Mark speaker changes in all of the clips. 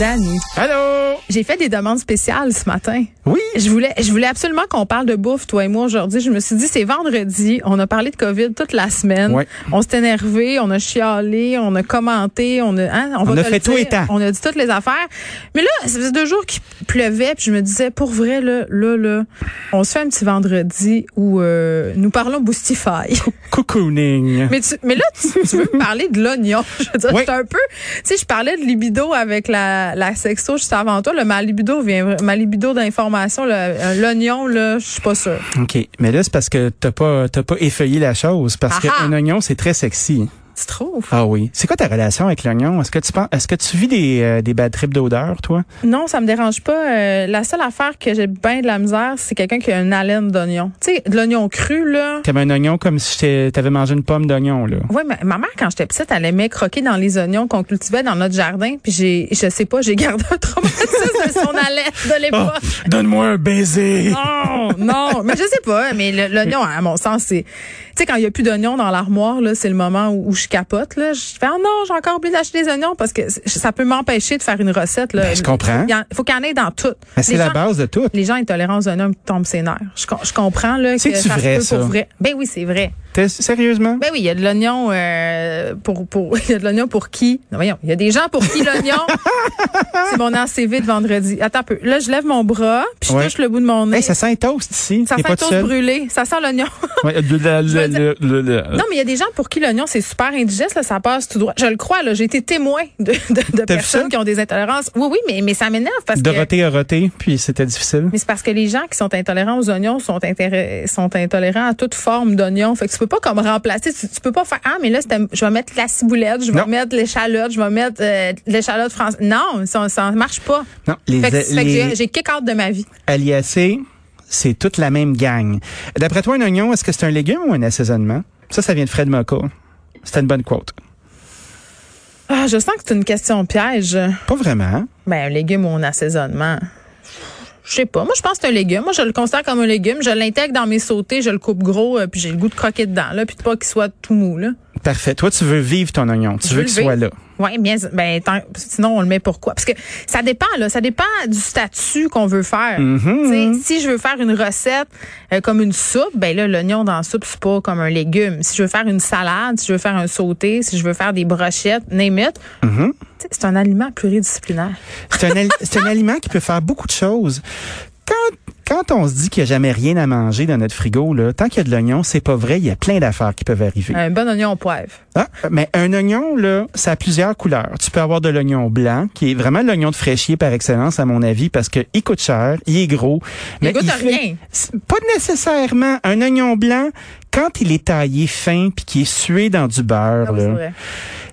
Speaker 1: Dani,
Speaker 2: Allô?
Speaker 1: j'ai fait des demandes spéciales ce matin.
Speaker 2: Oui?
Speaker 1: Je voulais, je voulais absolument qu'on parle de bouffe, toi et moi, aujourd'hui. Je me suis dit, c'est vendredi. On a parlé de COVID toute la semaine.
Speaker 2: Ouais.
Speaker 1: On s'est énervé, on a chialé, on a commenté, on a, hein,
Speaker 2: On
Speaker 1: va
Speaker 2: a
Speaker 1: te
Speaker 2: fait
Speaker 1: le dire,
Speaker 2: tout et tant.
Speaker 1: On a dit toutes les affaires. Mais là, ça faisait deux jours qu'il pleuvait, puis je me disais, pour vrai, là, là, là, on se fait un petit vendredi où euh, nous parlons boostify.
Speaker 2: Cocooning.
Speaker 1: Mais, tu, mais là, tu, tu veux me parler de l'oignon. Je veux dire,
Speaker 2: Oui.
Speaker 1: c'est un peu. Tu sais, je parlais de libido avec la, la sexto juste avant toi. Là, ma libido vient, ma libido d'information, là, euh, l'oignon, là, je suis pas sûre.
Speaker 2: OK. Mais là, c'est parce que t'as pas, t'as pas effeuillé la chose. Parce
Speaker 1: Ah ah.
Speaker 2: qu'un oignon, c'est très sexy.
Speaker 1: Tu trouves?
Speaker 2: Ah oui. C'est quoi ta relation avec l'oignon? Est-ce que tu penses, est-ce que tu vis des, euh, des bad trips d'odeur, toi?
Speaker 1: Non, ça me dérange pas. Euh, la seule affaire que j'ai bien de la misère, c'est quelqu'un qui a une haleine d'oignon. Tu sais, de l'oignon cru, là.
Speaker 2: T'avais un oignon comme si t'ai- t'avais mangé une pomme d'oignon, là.
Speaker 1: Oui, ma, ma mère, quand j'étais petite, elle aimait croquer dans les oignons qu'on cultivait dans notre jardin. Puis j'ai, je sais pas, j'ai gardé un traumatisme de son haleine de l'époque.
Speaker 2: Ah, donne-moi un baiser.
Speaker 1: Non, Oh, non, mais je sais pas. Mais le- l'oignon, à mon sens, c'est, tu sais, quand il y a plus d'oignons dans l'armoire, là, c'est le moment où, où je capote. Là, je fais oh non, j'ai encore oublié d'acheter des oignons parce que c- ça peut m'empêcher de faire une recette. Là,
Speaker 2: Ben, je comprends.
Speaker 1: Il y en- faut qu'il y en ait dans tout.
Speaker 2: Mais c'est
Speaker 1: Les
Speaker 2: la
Speaker 1: gens-
Speaker 2: base de tout.
Speaker 1: Les gens intolérants aux oignons tombent ses nerfs. Je, com- je comprends là que
Speaker 2: C'est-tu
Speaker 1: ça se
Speaker 2: vrai,
Speaker 1: peut
Speaker 2: ça?
Speaker 1: pour vrai. Ben oui, c'est vrai.
Speaker 2: T'es- Sérieusement?
Speaker 1: Ben oui, il y a de l'oignon euh, pour pour il y a de l'oignon pour qui Non, voyons, il y a des gens pour qui l'oignon. c'est mon ACV de vendredi. Attends un peu. Là, je lève mon bras, puis je
Speaker 2: Ouais.
Speaker 1: touche le bout de mon nez.
Speaker 2: Hey, ça sent un toast ici.
Speaker 1: Ça
Speaker 2: T'es
Speaker 1: sent
Speaker 2: pas
Speaker 1: le
Speaker 2: tout
Speaker 1: toast
Speaker 2: seul.
Speaker 1: brûlé. Ça sent l'oignon.
Speaker 2: Ouais, le- le-
Speaker 1: veux
Speaker 2: le- le- le-
Speaker 1: non, mais il y a des gens pour qui l'oignon, c'est super indigeste. Là, ça passe tout droit. Je le crois. là, J'ai été témoin de, de, de
Speaker 2: T'as vu ça?
Speaker 1: personnes qui ont des intolérances. Oui, oui, mais, mais ça m'énerve parce que...
Speaker 2: Dorothée a roté, puis c'était difficile.
Speaker 1: Mais c'est parce que les gens qui sont intolérants aux oignons sont, intéré- sont intolérants à toute forme d'oignon. Fait que tu peux pas comme remplacer. Tu, tu peux pas faire ah mais là c'était- je vais mettre la ciboulette, je vais
Speaker 2: Non.
Speaker 1: mettre l'échalote, je vais mettre euh, l'échalote française. Non, ça, ça marche pas.
Speaker 2: Non, les,
Speaker 1: Fait que, fait que
Speaker 2: les-
Speaker 1: j'ai- j'ai kick out de ma vie.
Speaker 2: Aliacé, c'est toute la même gang. D'après toi, un oignon, est-ce que c'est un légume ou un assaisonnement? Ça, ça vient de Fred Moka. C'était une bonne quote.
Speaker 1: Ah, je sens que c'est une question piège.
Speaker 2: Pas vraiment.
Speaker 1: Ben, un légume ou un assaisonnement. Je sais pas. Moi, je pense que c'est un légume. Moi, je le considère comme un légume. Je l'intègre dans mes sautés, je le coupe gros, euh, puis j'ai le goût de croquer dedans, là, puis de pas qu'il soit tout mou, là.
Speaker 2: Parfait. Toi, tu veux vivre ton oignon. Tu
Speaker 1: Je
Speaker 2: veux
Speaker 1: veux
Speaker 2: qu'il
Speaker 1: le
Speaker 2: soit là.
Speaker 1: vivre. Oui, bien, ben, tant- sinon, on le met pourquoi? Parce que ça dépend, là. Ça dépend du statut qu'on veut faire.
Speaker 2: Mm-hmm,
Speaker 1: Tu sais, Si je veux faire une recette euh, comme une soupe, ben là, l'oignon dans la soupe, c'est pas comme un légume. Si je veux faire une salade, si je veux faire un sauté, si je veux faire des brochettes, name it,
Speaker 2: Mm-hmm.
Speaker 1: tu sais, c'est un aliment pluridisciplinaire.
Speaker 2: C'est un, al- c'est un aliment qui peut faire beaucoup de choses. Quand, quand on se dit qu'il n'y a jamais rien à manger dans notre frigo, là, tant qu'il y a de l'oignon, c'est pas vrai. Il y a plein d'affaires qui peuvent arriver.
Speaker 1: Un bon oignon au poivre.
Speaker 2: Ah, mais un oignon, là, ça a plusieurs couleurs. Tu peux avoir de l'oignon blanc, qui est vraiment l'oignon de fraîchier par excellence, à mon avis, parce que il coûte cher, il est gros.
Speaker 1: Il goûte à
Speaker 2: fait-
Speaker 1: rien.
Speaker 2: C'est Pas nécessairement. Un oignon blanc, quand il est taillé fin puis qui est sué dans du beurre,
Speaker 1: Ah oui,
Speaker 2: là,
Speaker 1: c'est vrai.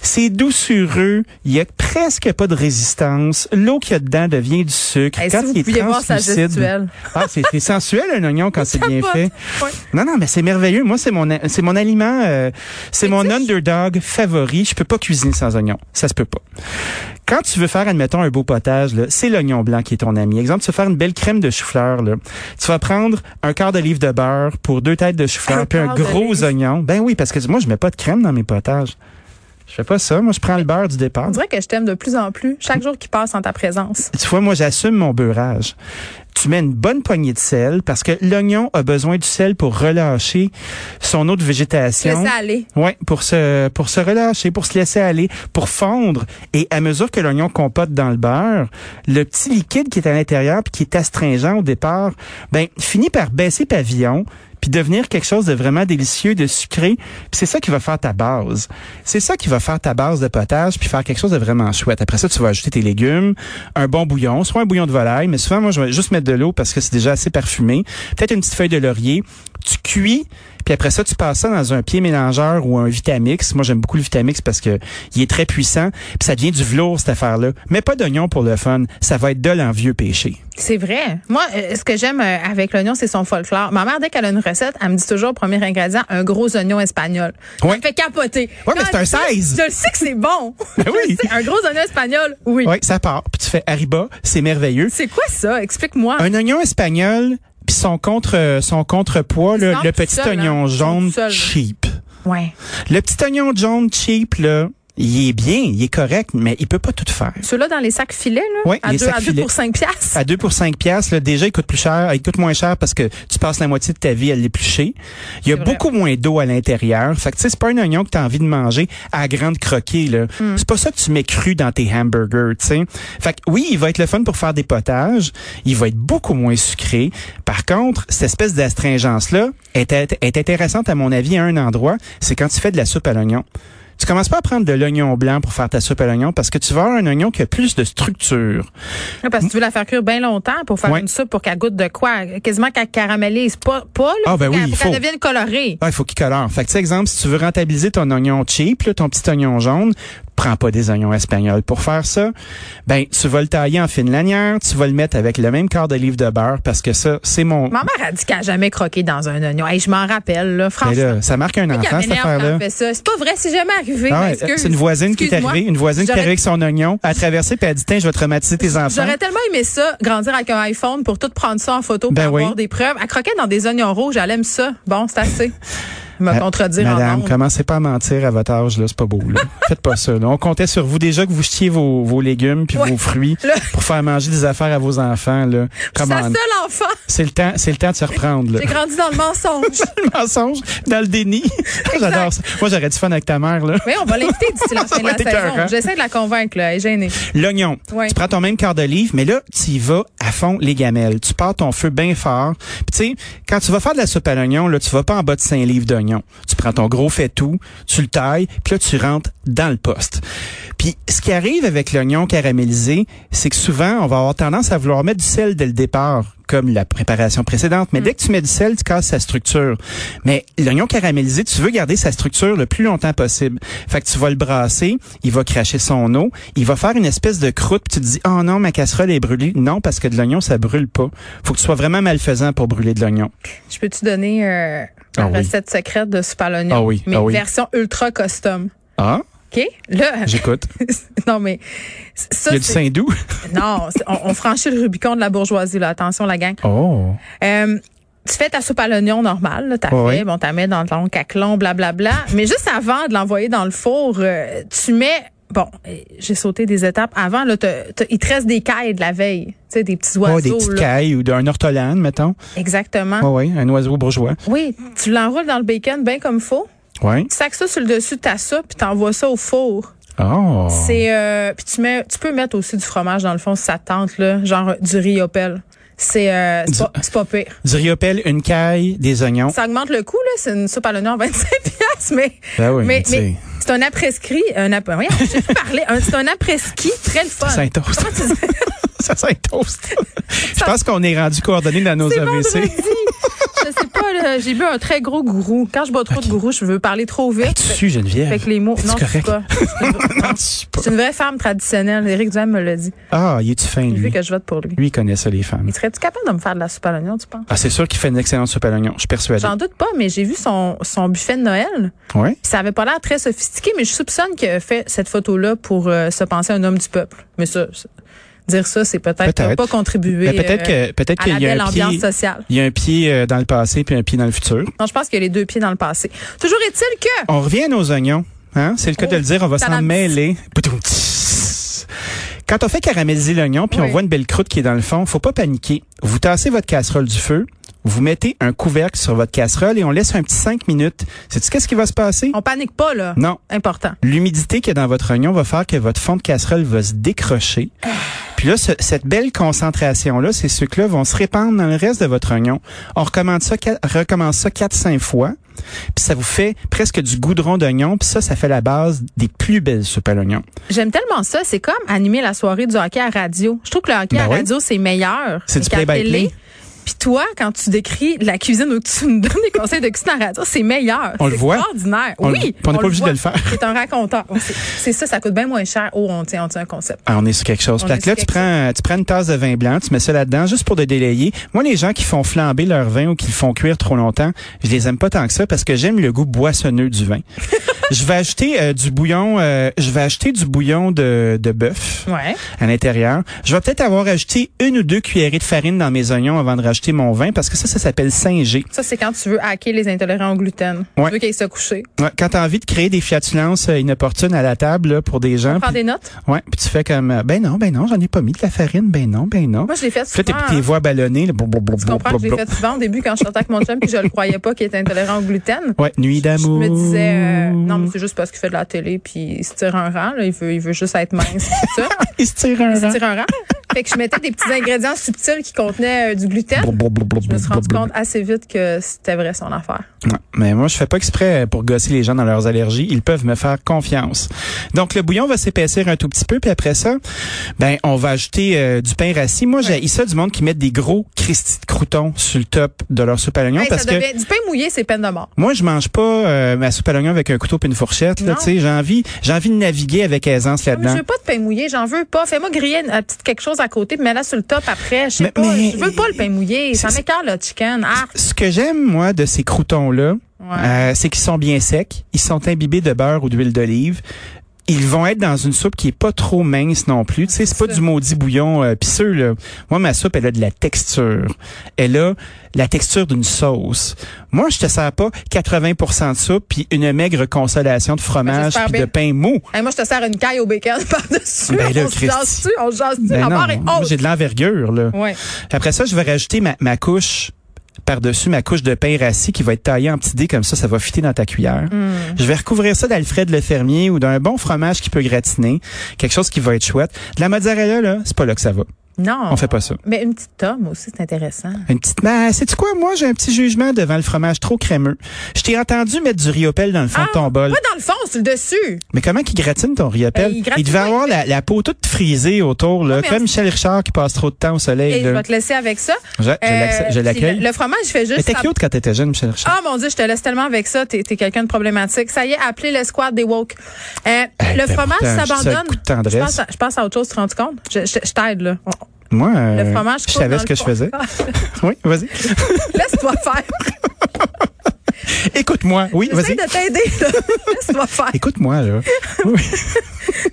Speaker 2: c'est doucereux, il y a presque pas de résistance. L'eau qu'il y a dedans devient du sucre.
Speaker 1: Hey,
Speaker 2: quand
Speaker 1: si vous
Speaker 2: il est
Speaker 1: pouviez voir sa
Speaker 2: translucide-
Speaker 1: gestuelle.
Speaker 2: Ah, c'est c'est sensuel un oignon quand c'est bien fait.
Speaker 1: Ouais.
Speaker 2: Non, non, mais c'est merveilleux. Moi, c'est mon, c'est mon aliment, euh, c'est mon underdog favori. Je peux pas cuisiner sans oignon. Ça se peut pas. Quand tu veux faire, admettons, un beau potage, là, c'est l'oignon blanc qui est ton ami. Exemple, tu veux faire une belle crème de chou-fleur, là. Tu vas prendre un quart de livre de beurre pour deux têtes de
Speaker 1: Un
Speaker 2: chou-fleur, puis un
Speaker 1: quart de
Speaker 2: gros
Speaker 1: livre.
Speaker 2: oignon. Ben oui, parce que moi, je mets pas de crème dans mes potages. Je fais pas ça. Moi, je prends le beurre du départ.
Speaker 1: On dirait que je t'aime de plus en plus chaque jour qui passe en ta présence.
Speaker 2: Tu vois, moi, j'assume mon beurrage. Tu mets une bonne poignée de sel parce que l'oignon a besoin du sel pour relâcher son autre végétation.
Speaker 1: Laisse aller.
Speaker 2: Ouais, pour se pour se relâcher, pour se laisser aller, pour fondre et à mesure que l'oignon compote dans le beurre, le petit liquide qui est à l'intérieur puis qui est astringent au départ, ben finit par baisser pavillon puis devenir quelque chose de vraiment délicieux, de sucré, puis c'est ça qui va faire ta base. C'est ça qui va faire ta base de potage puis faire quelque chose de vraiment chouette. Après ça, tu vas ajouter tes légumes, un bon bouillon, soit un bouillon de volaille, mais souvent moi je vais juste mettre de l'eau parce que c'est déjà assez parfumé, peut-être une petite feuille de laurier, tu cuis puis après ça, tu passes ça dans un pied mélangeur ou un Vitamix. Moi, j'aime beaucoup le Vitamix parce que il est très puissant. Puis ça devient du velours, cette affaire-là. Mais pas d'oignon pour le fun. Ça va être de l'envieux péché.
Speaker 1: C'est vrai. Moi, euh, ce que j'aime euh, avec l'oignon, c'est son folklore. Ma mère, dès qu'elle a une recette, elle me dit toujours, premier ingrédient, un gros oignon espagnol. Ça
Speaker 2: Ouais.
Speaker 1: me fait capoter.
Speaker 2: Ouais, mais c'est
Speaker 1: Quand
Speaker 2: un
Speaker 1: je-
Speaker 2: 16.
Speaker 1: Je le sais que c'est bon.
Speaker 2: Ben oui.
Speaker 1: Je le sais, un gros oignon espagnol, oui.
Speaker 2: Oui, ça part. Puis tu fais Hariba, c'est merveilleux.
Speaker 1: C'est quoi ça? Explique-moi.
Speaker 2: Un oignon espagnol, Puis son contre euh, son contrepoids, là,
Speaker 1: Sinon,
Speaker 2: le
Speaker 1: tout
Speaker 2: petit
Speaker 1: seul,
Speaker 2: oignon
Speaker 1: hein,
Speaker 2: jaune
Speaker 1: tout seul.
Speaker 2: cheap.
Speaker 1: Ouais.
Speaker 2: Le petit oignon jaune cheap là, il est bien, il est correct, mais il peut pas tout faire.
Speaker 1: Ceux-là dans les sacs filets, là,
Speaker 2: Ouais,
Speaker 1: à,
Speaker 2: les
Speaker 1: deux,
Speaker 2: sacs
Speaker 1: à deux
Speaker 2: filets.
Speaker 1: pour 5 piastres.
Speaker 2: À 2 pour 5 piastres, là, déjà, il coûte plus cher, il coûte moins cher parce que tu passes la moitié de ta vie à l'éplucher. Il y
Speaker 1: C'est
Speaker 2: a
Speaker 1: vrai.
Speaker 2: beaucoup moins d'eau à l'intérieur. Fait que, tu sais, c'est pas un oignon que tu as envie de manger à grande croquée, là.
Speaker 1: Hmm.
Speaker 2: C'est pas ça que tu mets cru dans tes hamburgers, tu sais. Fait que, oui, il va être le fun pour faire des potages. Il va être beaucoup moins sucré. Par contre, cette espèce d'astringence-là est, int- est intéressante, à mon avis, à un endroit. C'est quand tu fais de la soupe à l'oignon. Tu commences pas à prendre de l'oignon blanc pour faire ta soupe à l'oignon parce que tu vas avoir un oignon qui a plus de structure.
Speaker 1: Là, Ah, parce que tu veux la faire cuire bien longtemps pour faire
Speaker 2: Ouais.
Speaker 1: une soupe pour qu'elle goûte de quoi? Quasiment qu'elle caramélise. Pas, pas là,
Speaker 2: Ah, ben
Speaker 1: pour
Speaker 2: oui,
Speaker 1: qu'elle-
Speaker 2: il
Speaker 1: pour qu'elle
Speaker 2: faut.
Speaker 1: devienne colorée.
Speaker 2: Ah, il faut qu'il colore. Fait que, tu sais, exemple, si tu veux rentabiliser ton oignon cheap, là, ton petit oignon jaune, prends pas des oignons espagnols pour faire ça. Ben, tu vas le tailler en fine lanière, tu vas le mettre avec le même quart d'olive de beurre parce que ça, c'est mon...
Speaker 1: Ma mère a dit qu'elle n'a jamais croqué dans un oignon. Hey, je m'en rappelle, là,
Speaker 2: Mais
Speaker 1: franchement.
Speaker 2: Ben là, ça marque un
Speaker 1: Qu'elle
Speaker 2: enfant, cette
Speaker 1: m'énerve quand
Speaker 2: affaire-là.
Speaker 1: elle fait ça. C'est pas vrai, c'est jamais arrivé.
Speaker 2: Ah
Speaker 1: Ben,
Speaker 2: ouais,
Speaker 1: excuse.
Speaker 2: c'est une voisine qui est
Speaker 1: Excuse-moi.
Speaker 2: arrivée, une voisine qui est
Speaker 1: J'aurais-
Speaker 2: arrivée avec son oignon, à traverser, puis elle dit, tiens, je vais traumatiser tes enfants.
Speaker 1: J'aurais tellement aimé ça, grandir avec un iPhone pour tout prendre ça en photo
Speaker 2: Ben
Speaker 1: pour
Speaker 2: oui.
Speaker 1: avoir des preuves. Elle croquait dans des oignons rouges, elle aime ça. Bon, c'est assez. Me
Speaker 2: Ma-
Speaker 1: contredire en
Speaker 2: Euh, Madame,
Speaker 1: ondes.
Speaker 2: commencez pas à mentir à votre âge, là, c'est pas beau. Là. Faites pas ça. là. On comptait sur vous déjà que vous jetiez vos, vos légumes puis
Speaker 1: Ouais.
Speaker 2: vos fruits
Speaker 1: Là.
Speaker 2: pour faire manger des affaires à vos enfants. Là.
Speaker 1: Je suis
Speaker 2: Come
Speaker 1: la
Speaker 2: on.
Speaker 1: seule enfant.
Speaker 2: C'est le temps, c'est le temps de se reprendre. Là.
Speaker 1: J'ai grandi dans le mensonge.
Speaker 2: le mensonge, dans le déni. J'adore ça. Moi, j'aurais du fun avec ta mère. là.
Speaker 1: Mais on va l'inviter d'ici la fin de
Speaker 2: va
Speaker 1: la
Speaker 2: être écœurant.
Speaker 1: saison. J'essaie de la convaincre, là. Elle est gênée.
Speaker 2: L'oignon.
Speaker 1: Ouais.
Speaker 2: Tu prends ton même quart d'olive, mais là, tu y vas à fond les gamelles. Tu pars ton feu bien fort. Puis tu sais, quand tu vas faire de la soupe à l'oignon, là, tu vas pas en bas de 5 livres d'oignon. Tu prends ton gros faitout, tu le tailles, puis là, tu rentres dans le poste. Puis ce qui arrive avec l'oignon caramélisé, c'est que souvent, on va avoir tendance à vouloir mettre du sel dès le départ comme la préparation précédente. Mais dès que tu mets du sel, tu casses sa structure. Mais l'oignon caramélisé, tu veux garder sa structure le plus longtemps possible. Fait que tu vas le brasser, il va cracher son eau, il va faire une espèce de croûte, puis tu te dis, oh non, ma casserole est brûlée. Non, parce que de l'oignon, ça brûle pas. Faut que tu sois vraiment malfaisant pour brûler de l'oignon.
Speaker 1: Je peux-tu donner euh, la
Speaker 2: Ah oui.
Speaker 1: recette secrète de soupe à l'oignon?
Speaker 2: Ah oui,
Speaker 1: Mais
Speaker 2: ah oui.
Speaker 1: version ultra custom.
Speaker 2: Ah,
Speaker 1: OK? Là,
Speaker 2: j'écoute.
Speaker 1: non, mais ça,
Speaker 2: Il y a du
Speaker 1: c'est-
Speaker 2: Saint-Doux.
Speaker 1: Non, c'est- on, on franchit le Rubicon de la bourgeoisie, là. Attention, la gang.
Speaker 2: Oh.
Speaker 1: Euh, tu fais ta soupe à l'oignon normale, là, t'as
Speaker 2: Ouais.
Speaker 1: fait, bon, t'as mets dans ton caclon, blablabla. Mais juste avant de l'envoyer dans le four, euh, tu mets, bon, euh, j'ai sauté des étapes. Avant, là, t'as- t'as- il te reste des cailles de la veille, tu sais, des petits oiseaux.
Speaker 2: Oh, des petites
Speaker 1: là.
Speaker 2: cailles ou d'un ortolan, mettons.
Speaker 1: Exactement.
Speaker 2: Ah oui, un oiseau bourgeois.
Speaker 1: Oui, tu l'enroules dans le bacon bien comme faut.
Speaker 2: Oui.
Speaker 1: Tu sacs ça sur le dessus de ta soupe, puis t'envoies ça au four.
Speaker 2: Oh.
Speaker 1: C'est euh, puis tu mets tu peux mettre aussi du fromage dans le fond si ça te tente là, genre du riopel. C'est euh, c'est pas, c'est pas pire.
Speaker 2: Du riopelle, une caille, des oignons.
Speaker 1: Ça augmente le coût là, c'est une soupe à l'oignon à 25 piastres, mais
Speaker 2: Ben oui, mais
Speaker 1: mais,
Speaker 2: tu sais.
Speaker 1: mais c'est un après-ski, un après, voyons, j'ai pu parler, un- c'est un après-ski très le fun.
Speaker 2: Ça sent toast.
Speaker 1: Comment tu dis-
Speaker 2: Ça sent toast. Je pense qu'on est rendu coordonné dans nos
Speaker 1: C'est vendredi.
Speaker 2: AVC.
Speaker 1: Je sais pas, là, j'ai bu un très gros gourou. Quand je bois trop de gourou, je veux parler trop vite.
Speaker 2: Tu suis Geneviève.
Speaker 1: Fait que les mots,
Speaker 2: Es-tu
Speaker 1: non, je suis
Speaker 2: correct?
Speaker 1: pas.
Speaker 2: Non, Ah, tu suis pas.
Speaker 1: C'est une vraie femme traditionnelle. Éric Duham me l'a dit.
Speaker 2: Ah, il est-tu fin,
Speaker 1: Il veut
Speaker 2: lui?
Speaker 1: que je vote pour lui.
Speaker 2: Lui, il connaît ça, les femmes.
Speaker 1: Il serait-tu capable de me faire de la soupe à l'oignon, tu penses?
Speaker 2: Ah, c'est sûr qu'il fait une excellente soupe à l'oignon. Je suis persuadé.
Speaker 1: J'en doute pas, mais j'ai vu son, son buffet de Noël.
Speaker 2: Ouais.
Speaker 1: Puis Ça avait pas l'air très sophistiqué, mais je soupçonne qu'il a fait cette photo-là pour euh, se penser un homme du peuple. Mais ça, ça- dire ça, c'est peut-être
Speaker 2: Peut-être.
Speaker 1: pas contribuer
Speaker 2: Mais peut-être
Speaker 1: euh,
Speaker 2: que, peut-être
Speaker 1: à la
Speaker 2: qu'il y
Speaker 1: belle
Speaker 2: a un pied.
Speaker 1: ambiance sociale.
Speaker 2: Il y a un pied euh, dans le passé puis un pied dans le futur.
Speaker 1: Non, je pense qu'il y a les deux pieds dans le passé. Toujours est-il que...
Speaker 2: On revient à nos oignons. Hein? C'est le cas
Speaker 1: Oh,
Speaker 2: de le dire. On va s'en
Speaker 1: talam-
Speaker 2: mêler. Poutoum. Quand on fait caraméliser l'oignon puis
Speaker 1: Oui.
Speaker 2: on voit une belle croûte qui est dans le fond, faut pas paniquer. Vous tassez votre casserole du feu. Vous mettez un couvercle sur votre casserole et on laisse un petit 5 minutes. Sais-tu qu'est-ce qui va se passer?
Speaker 1: On panique pas, là.
Speaker 2: Non.
Speaker 1: Important.
Speaker 2: L'humidité qu'il y a dans votre oignon va faire que votre fond de casserole va se décrocher. Puis là, ce- cette belle concentration-là, ces sucres-là vont se répandre dans le reste de votre oignon. On recommande ça, qua- recommence ça 4-5 fois. Puis ça vous fait presque du goudron d'oignon. Puis ça, ça fait la base des plus belles soupes à l'oignon.
Speaker 1: J'aime tellement ça. C'est comme animer la soirée du hockey à radio. Je trouve que le hockey
Speaker 2: Ben
Speaker 1: à
Speaker 2: oui.
Speaker 1: radio, c'est meilleur.
Speaker 2: C'est du
Speaker 1: qu'à
Speaker 2: play-by-play.
Speaker 1: télé. Puis toi, quand tu décris la cuisine ou que tu nous donnes des conseils de cuisine à radio, c'est meilleur.
Speaker 2: On
Speaker 1: C'est
Speaker 2: le voit.
Speaker 1: extraordinaire.
Speaker 2: On le-
Speaker 1: oui.
Speaker 2: on n'est pas obligé
Speaker 1: voit.
Speaker 2: de le faire.
Speaker 1: C'est un raconteur. Oh, c'est- C'est ça, ça coûte bien moins cher. Oh, on tient, on tient un concept.
Speaker 2: Ah, on est sur quelque chose.
Speaker 1: On
Speaker 2: Fait
Speaker 1: est
Speaker 2: que là,
Speaker 1: sur quelque
Speaker 2: tu prends, tu prends une tasse de vin blanc, tu mets ça là-dedans juste pour le délayer. Moi, les gens qui font flamber leur vin ou qui le font cuire trop longtemps, je les aime pas tant que ça parce que j'aime le goût boissonneux du vin. je vais acheter euh, du bouillon, euh, je vais acheter du bouillon de, de bœuf
Speaker 1: Ouais.
Speaker 2: à l'intérieur. Je vais peut-être avoir ajouté une ou deux cuillerées de farine dans mes oignons avant de acheter mon vin parce que ça, ça s'appelle 5G.
Speaker 1: Ça, c'est quand tu veux hacker les intolérants au gluten.
Speaker 2: Ouais.
Speaker 1: Tu veux qu'ils se couchent.
Speaker 2: Ouais, quand t'as envie de créer des flatulences euh, inopportunes à la table là, pour des gens,
Speaker 1: Prends
Speaker 2: Ah,
Speaker 1: des
Speaker 2: puis-
Speaker 1: notes.
Speaker 2: ouais, puis tu fais comme euh, ben non, ben non, j'en ai pas mis de la farine, ben non, ben non.
Speaker 1: Moi, je l'ai fait
Speaker 2: Puis là, t'es-
Speaker 1: souvent.
Speaker 2: puis tes voix ballonnées, là, blou, blou, blou,
Speaker 1: Tu comprends
Speaker 2: blou,
Speaker 1: que je l'ai
Speaker 2: blou.
Speaker 1: fait souvent au début quand je sortais avec mon chum puis je le croyais pas qu'il était intolérant au gluten.
Speaker 2: Ouais, nuit
Speaker 1: Je
Speaker 2: d'amour.
Speaker 1: me disais euh, non mais c'est juste parce qu'il fait de la télé puis il se tire un rang là, il veut il veut juste être mince tout ça.
Speaker 2: Il se tire un
Speaker 1: Il se
Speaker 2: rang.
Speaker 1: tire un rang. Fait que je mettais des petits ingrédients subtils qui contenaient euh, du gluten.
Speaker 2: Blou, blou, blou, blou,
Speaker 1: Je me suis rendu
Speaker 2: blou,
Speaker 1: compte assez vite que c'était vrai son affaire.
Speaker 2: Ouais, mais moi, je fais pas exprès pour gosser les gens dans leurs allergies. Ils peuvent me faire confiance. Donc, le bouillon va s'épaissir un tout petit peu, puis après ça, ben, on va ajouter euh, du pain rassis. Moi, j'ai ça du monde qui met des gros cristis de croutons sur le top de leur soupe à l'oignon
Speaker 1: Hey,
Speaker 2: parce
Speaker 1: ça
Speaker 2: que
Speaker 1: devait- Du pain mouillé, c'est peine de mort.
Speaker 2: moi, je mange pas euh, ma soupe à l'oignon avec un couteau puis une fourchette. là,
Speaker 1: Non.
Speaker 2: tu sais, J'ai envie, j'ai envie de naviguer avec aisance
Speaker 1: Non, mais
Speaker 2: là-dedans.
Speaker 1: je veux pas de pain mouillé, j'en veux pas. Fais-moi griller une- un petit quelque chose à côté, puis mets-la sur le top après. Je sais
Speaker 2: Mais-
Speaker 1: pas,
Speaker 2: mais-
Speaker 1: je veux pas le pain mouillé. Ça
Speaker 2: C'est-
Speaker 1: m'écarte le chicken. Ah,
Speaker 2: Ce que j'aime, moi, de ces croutons-là, euh, c'est qu'ils sont bien secs. Ils sont imbibés de beurre ou d'huile d'olive. Ils vont être dans une soupe qui est pas trop mince non plus. Tu sais, c'est pas
Speaker 1: ça.
Speaker 2: du maudit bouillon euh, pisseux, là. Moi, ma soupe, elle a de la texture. Elle a la texture d'une sauce. Moi, je te sers pas 80 de soupe puis une maigre consolation de fromage
Speaker 1: Ben, j'espère
Speaker 2: puis
Speaker 1: bien.
Speaker 2: de pain mou.
Speaker 1: Hey, moi, je te sers une caille au bacon par-dessus.
Speaker 2: Ben là,
Speaker 1: on se
Speaker 2: Christy.
Speaker 1: jase-tu, on se jase-tu,
Speaker 2: Ben
Speaker 1: la
Speaker 2: non,
Speaker 1: barre est
Speaker 2: moi,
Speaker 1: haute.
Speaker 2: j'ai de l'envergure, là.
Speaker 1: Ouais.
Speaker 2: Après ça, je vais rajouter ma, ma couche par-dessus ma couche de pain rassis qui va être taillée en petits dés comme ça, ça va fitter dans ta cuillère.
Speaker 1: Mm.
Speaker 2: Je vais recouvrir ça d'Alfred le fermier ou d'un bon fromage qui peut gratiner, quelque chose qui va être chouette. De la mozzarella là, c'est pas là que ça va.
Speaker 1: Non.
Speaker 2: On fait pas ça.
Speaker 1: Mais une petite tome aussi, c'est intéressant.
Speaker 2: Une petite ben, c'est tu quoi moi, j'ai un petit jugement devant le fromage trop crémeux. Je t'ai entendu mettre du riopelle dans le fond de ton bol.
Speaker 1: Pas Ah! dans le fond, sur le dessus.
Speaker 2: Mais comment qu'il gratine ton
Speaker 1: Ben,
Speaker 2: riopelle
Speaker 1: il gratine
Speaker 2: devait
Speaker 1: pas,
Speaker 2: avoir la, la peau toute frisée autour là,
Speaker 1: mais on-
Speaker 2: comme Michel Richard qui passe trop de temps au soleil
Speaker 1: Et je
Speaker 2: là.
Speaker 1: vais te laisser avec ça. Euh,
Speaker 2: Je- je l'accepte- je
Speaker 1: puis
Speaker 2: l'accueille.
Speaker 1: Le, le fromage, je fais
Speaker 2: Mais
Speaker 1: juste.
Speaker 2: t'es cute quand t'étais jeune Michel Richard.
Speaker 1: Ah mon Dieu, je te laisse tellement avec ça. T'es es, quelqu'un de problématique. Ça y est, appelez le squad des woke. Euh, le
Speaker 2: ben,
Speaker 1: fromage
Speaker 2: pourtant, je dis ça
Speaker 1: s'abandonne.
Speaker 2: avec coup de
Speaker 1: Je
Speaker 2: tendresse.
Speaker 1: pense, à, je pense à autre chose, tu te rends compte? Je, je, je t'aide, là. On-
Speaker 2: Moi,
Speaker 1: Ah, Le
Speaker 2: euh,
Speaker 1: fromage
Speaker 2: je
Speaker 1: coule
Speaker 2: savais
Speaker 1: dans
Speaker 2: ce
Speaker 1: le
Speaker 2: que je
Speaker 1: fond.
Speaker 2: faisais. oui, vas-y.
Speaker 1: Laisse-toi faire.
Speaker 2: Écoute-moi. Oui,
Speaker 1: J'essaie
Speaker 2: vas-y.
Speaker 1: de t'aider, là. Laisse-toi faire.
Speaker 2: Écoute-moi, là. Oui.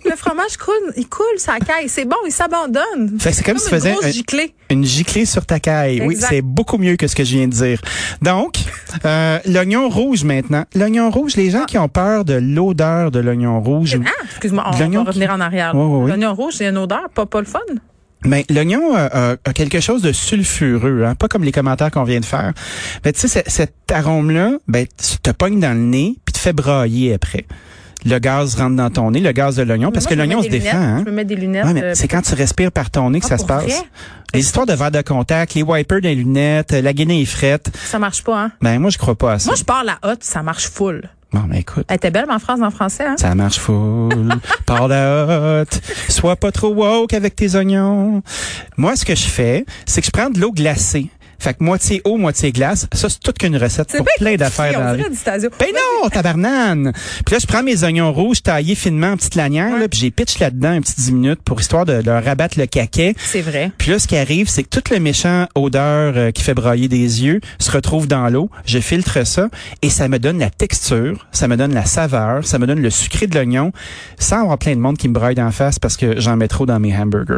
Speaker 1: Le fromage coule, il coule, ça caille. C'est bon, il s'abandonne.
Speaker 2: Fait que c'est comme si tu
Speaker 1: une
Speaker 2: faisais
Speaker 1: grosse
Speaker 2: un-
Speaker 1: giclée.
Speaker 2: Une giclée sur ta caille. Oui,
Speaker 1: Exact.
Speaker 2: c'est beaucoup mieux que ce que je viens de dire. Donc, euh, l'oignon rouge maintenant. L'oignon rouge, les gens qui ont peur de l'odeur de l'oignon rouge.
Speaker 1: Ah, excuse-moi, on,
Speaker 2: L'oignon
Speaker 1: on va revenir
Speaker 2: qui-
Speaker 1: en arrière.
Speaker 2: Ouais, ouais, ouais.
Speaker 1: L'oignon rouge, c'est une odeur, pas, pas le fun.
Speaker 2: Mais l'oignon euh, euh, a quelque chose de sulfureux, hein, pas comme les commentaires qu'on vient de faire. Mais tu sais, ce- cet arôme-là, ben, tu te pognes dans le nez puis te fait brailler après. Le gaz rentre dans ton nez, le gaz de l'oignon, parce
Speaker 1: Moi,
Speaker 2: que
Speaker 1: je me
Speaker 2: l'oignon
Speaker 1: mets
Speaker 2: se
Speaker 1: des
Speaker 2: défend.
Speaker 1: lunettes,
Speaker 2: Hein?
Speaker 1: Je me mets des lunettes.
Speaker 2: Ouais,
Speaker 1: euh,
Speaker 2: mais c'est quand tu respires par ton nez que
Speaker 1: Ah,
Speaker 2: ça se
Speaker 1: pour
Speaker 2: passe.
Speaker 1: vrai?
Speaker 2: Les histoires de verre de contact, les wipers des lunettes, euh, la guinée est frette.
Speaker 1: ça marche pas, hein.
Speaker 2: Ben moi je crois pas à ça.
Speaker 1: Moi, je pars la hotte, ça marche full.
Speaker 2: Bon ben écoute,
Speaker 1: Elle était belle, ma phrase en français, hein.
Speaker 2: ça marche full. Par la hotte. Sois pas trop woke avec tes oignons. Moi ce que je fais, c'est que je prends de l'eau glacée. Fait que moitié eau, moitié glace. Ça c'est toute qu'une recette
Speaker 1: C'est
Speaker 2: pour
Speaker 1: bien
Speaker 2: plein d'affaires
Speaker 1: compliqué,
Speaker 2: dans
Speaker 1: on
Speaker 2: la vie.
Speaker 1: dirait du stasio.
Speaker 2: Ben non, tabarnane! Puis là, je prends mes oignons rouges taillés finement en petites lanières, là, puis j'ai pitch là-dedans un petit 10 minutes pour histoire de leur abattre le caquet.
Speaker 1: C'est vrai.
Speaker 2: Puis là, ce qui arrive, c'est que toute le méchant odeur euh, qui fait brailler des yeux se retrouve dans l'eau. Je filtre ça et ça me donne la texture, ça me donne la saveur, ça me donne le sucré de l'oignon, sans avoir plein de monde qui me braille d'en face parce que j'en mets trop dans mes hamburgers.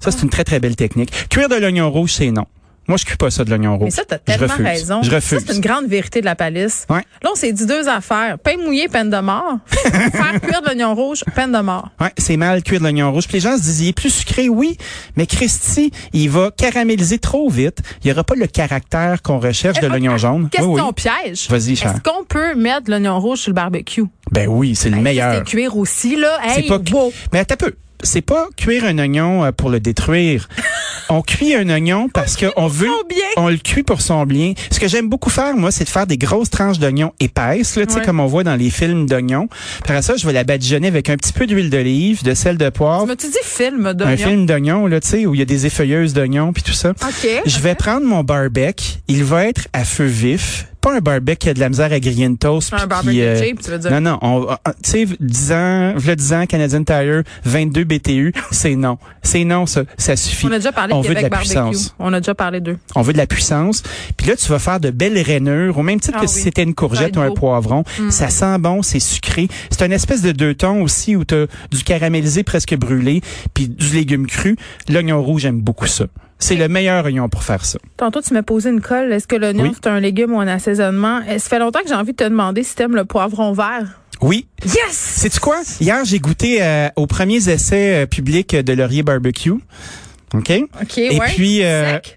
Speaker 2: Ça,
Speaker 1: Ah.
Speaker 2: c'est une très, très belle technique. Cuire de l'oignon rouge, c'est non. Moi, je cuis pas ça de l'oignon rouge.
Speaker 1: Mais ça, t'as
Speaker 2: Oh, Je
Speaker 1: tellement
Speaker 2: refuse.
Speaker 1: raison.
Speaker 2: Je
Speaker 1: Ça, c'est une
Speaker 2: refuse.
Speaker 1: grande vérité de la palisse.
Speaker 2: Ouais.
Speaker 1: Là, on s'est dit deux affaires. Pain mouillé, peine de mort. Faire cuire de l'oignon rouge, peine de mort.
Speaker 2: Ouais, c'est mal cuire de l'oignon rouge. Puis les gens se disent, il est plus sucré, oui, mais Christy, il va caraméliser trop vite. Il n'y aura pas le caractère qu'on recherche de l'oignon jaune. Oui,
Speaker 1: Eh, Question
Speaker 2: oui.
Speaker 1: piège.
Speaker 2: Vas-y, Cher.
Speaker 1: Est-ce qu'on peut mettre l'oignon rouge sur le barbecue?
Speaker 2: Ben oui, c'est le meilleur.
Speaker 1: C'est cuire aussi, là. Hey,
Speaker 2: C'est pas cu-
Speaker 1: wow.
Speaker 2: Mais attends un peu. C'est pas cuire un oignon euh, pour le détruire. on cuit un oignon parce que on veut
Speaker 1: son bien.
Speaker 2: on le cuit pour son bien. Ce que j'aime beaucoup faire moi, c'est de faire des grosses tranches d'oignon épaisses, là, tu sais
Speaker 1: Ouais.
Speaker 2: comme on voit dans les films d'oignon. Après ça, je vais la badigeonner avec un petit peu d'huile d'olive, de sel de
Speaker 1: Tu
Speaker 2: poivre,
Speaker 1: m'as-tu dit film d'oignon?
Speaker 2: un film d'oignon là, tu sais où il y a des effeuilleuses d'oignons puis tout ça.
Speaker 1: OK.
Speaker 2: Je vais prendre mon barbecue, il va être à feu vif, pas un barbecue qui a de la misère à griller une toast
Speaker 1: Un
Speaker 2: puis qui,
Speaker 1: barbecue
Speaker 2: euh,
Speaker 1: cheap, tu veux dire.
Speaker 2: non, non. On, on- tu sais, 10 ans, v'là 10 ans, Canadian Tire, 22 BTU, c'est non. C'est non, ça. Ça suffit.
Speaker 1: On a déjà parlé
Speaker 2: On
Speaker 1: de
Speaker 2: veut de
Speaker 1: Québec
Speaker 2: la
Speaker 1: barbecue.
Speaker 2: puissance.
Speaker 1: On a déjà parlé d'eux.
Speaker 2: On veut de la puissance. Puis là, tu vas faire de belles rainures, au même titre
Speaker 1: Ah
Speaker 2: que si
Speaker 1: oui. Mm.
Speaker 2: c'était une courgette
Speaker 1: Ça va
Speaker 2: ou un
Speaker 1: être beau.
Speaker 2: poivron. Ça sent bon, c'est sucré. C'est une espèce de deux tons aussi où tu as du caramélisé presque brûlé, puis du légume cru. L'oignon rouge, j'aime beaucoup ça. C'est le meilleur oignon pour faire ça.
Speaker 1: Tantôt, tu m'as posé une colle. Est-ce que l'oignon,
Speaker 2: Oui.
Speaker 1: c'est un légume ou un assaisonnement? Eh, Ça fait longtemps que j'ai envie de te demander si t'aimes le poivron vert.
Speaker 2: Oui.
Speaker 1: Yes!
Speaker 2: C'est tu quoi? Hier, j'ai goûté euh, aux premiers essais euh, publics de Laurier Barbecue. OK?
Speaker 1: OK,
Speaker 2: Et
Speaker 1: ouais.
Speaker 2: puis, euh,
Speaker 1: Sec?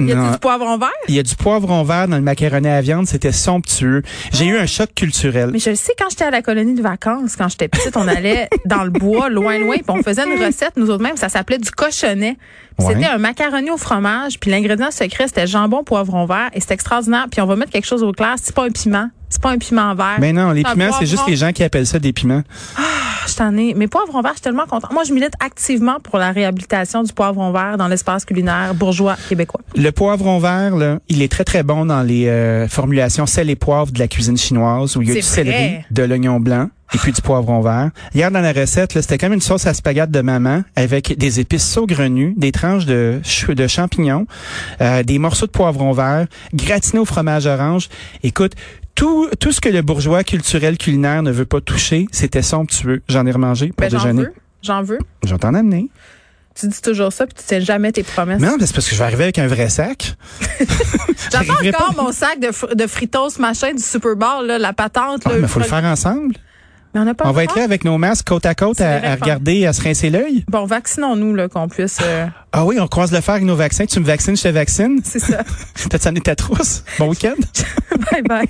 Speaker 1: Y a-t-il
Speaker 2: non.
Speaker 1: du poivron vert?
Speaker 2: Il y a du poivron vert dans le macaroni à la viande, c'était somptueux. J'ai eu un choc culturel.
Speaker 1: Mais je le sais, quand j'étais à la colonie de vacances, quand j'étais petite, on allait dans le bois, loin, loin, puis on faisait une recette, nous autres mêmes, ça s'appelait du cochonnet. Puis
Speaker 2: Ouais.
Speaker 1: C'était un macaroni au fromage, puis l'ingrédient secret, c'était jambon, poivron vert, et c'était extraordinaire. Puis on va mettre quelque chose au clair, c'est pas un piment. C'est pas un piment vert.
Speaker 2: Mais non, les
Speaker 1: Un
Speaker 2: piments, c'est juste
Speaker 1: poivron.
Speaker 2: les gens qui appellent ça des piments.
Speaker 1: Ah, je t'en ai. Mais poivron vert, je suis tellement contente. Moi, je milite activement pour la réhabilitation du poivron vert dans l'espace culinaire bourgeois québécois.
Speaker 2: Le poivron vert, là, il est très très bon dans les euh, formulations sel et poivre de la cuisine chinoise où il y a
Speaker 1: C'est
Speaker 2: du céleri,
Speaker 1: vrai.
Speaker 2: de l'oignon blanc et puis du poivron vert. Hier dans la recette, là, c'était comme une sauce à spaghettes de maman avec des épices saugrenues, des tranches de ch- de champignons, euh, des morceaux de poivron vert, gratiné au fromage orange. Écoute, tout tout ce que le bourgeois culturel culinaire ne veut pas toucher, c'était somptueux. J'en ai remangé pour
Speaker 1: Ben, j'en
Speaker 2: déjeuner.
Speaker 1: veux. J'en veux.
Speaker 2: Je vais t'en amener.
Speaker 1: Tu dis toujours ça, puis tu tiens jamais tes promesses.
Speaker 2: Mais non, mais c'est parce que je vais arriver avec un vrai sac.
Speaker 1: J'attends
Speaker 2: J'arriverai
Speaker 1: encore mon sac de, fr- de fritos, machin, du Super Bowl, là, la patente.
Speaker 2: Ah,
Speaker 1: là,
Speaker 2: mais faut le
Speaker 1: fro-
Speaker 2: faire ensemble.
Speaker 1: Mais on n'a pas
Speaker 2: On
Speaker 1: le
Speaker 2: va être
Speaker 1: droit.
Speaker 2: là avec nos masques côte à côte
Speaker 1: C'est
Speaker 2: à,
Speaker 1: vrai,
Speaker 2: à
Speaker 1: Franck.
Speaker 2: regarder, à se rincer l'œil.
Speaker 1: Bon, vaccinons-nous, là, qu'on puisse. euh,
Speaker 2: Ah oui, on croise le fer avec nos vaccins. Tu me vaccines, je te vaccine.
Speaker 1: c'est ça.
Speaker 2: T'as-tu amené ta trousse? Bon week-end.
Speaker 1: bye bye.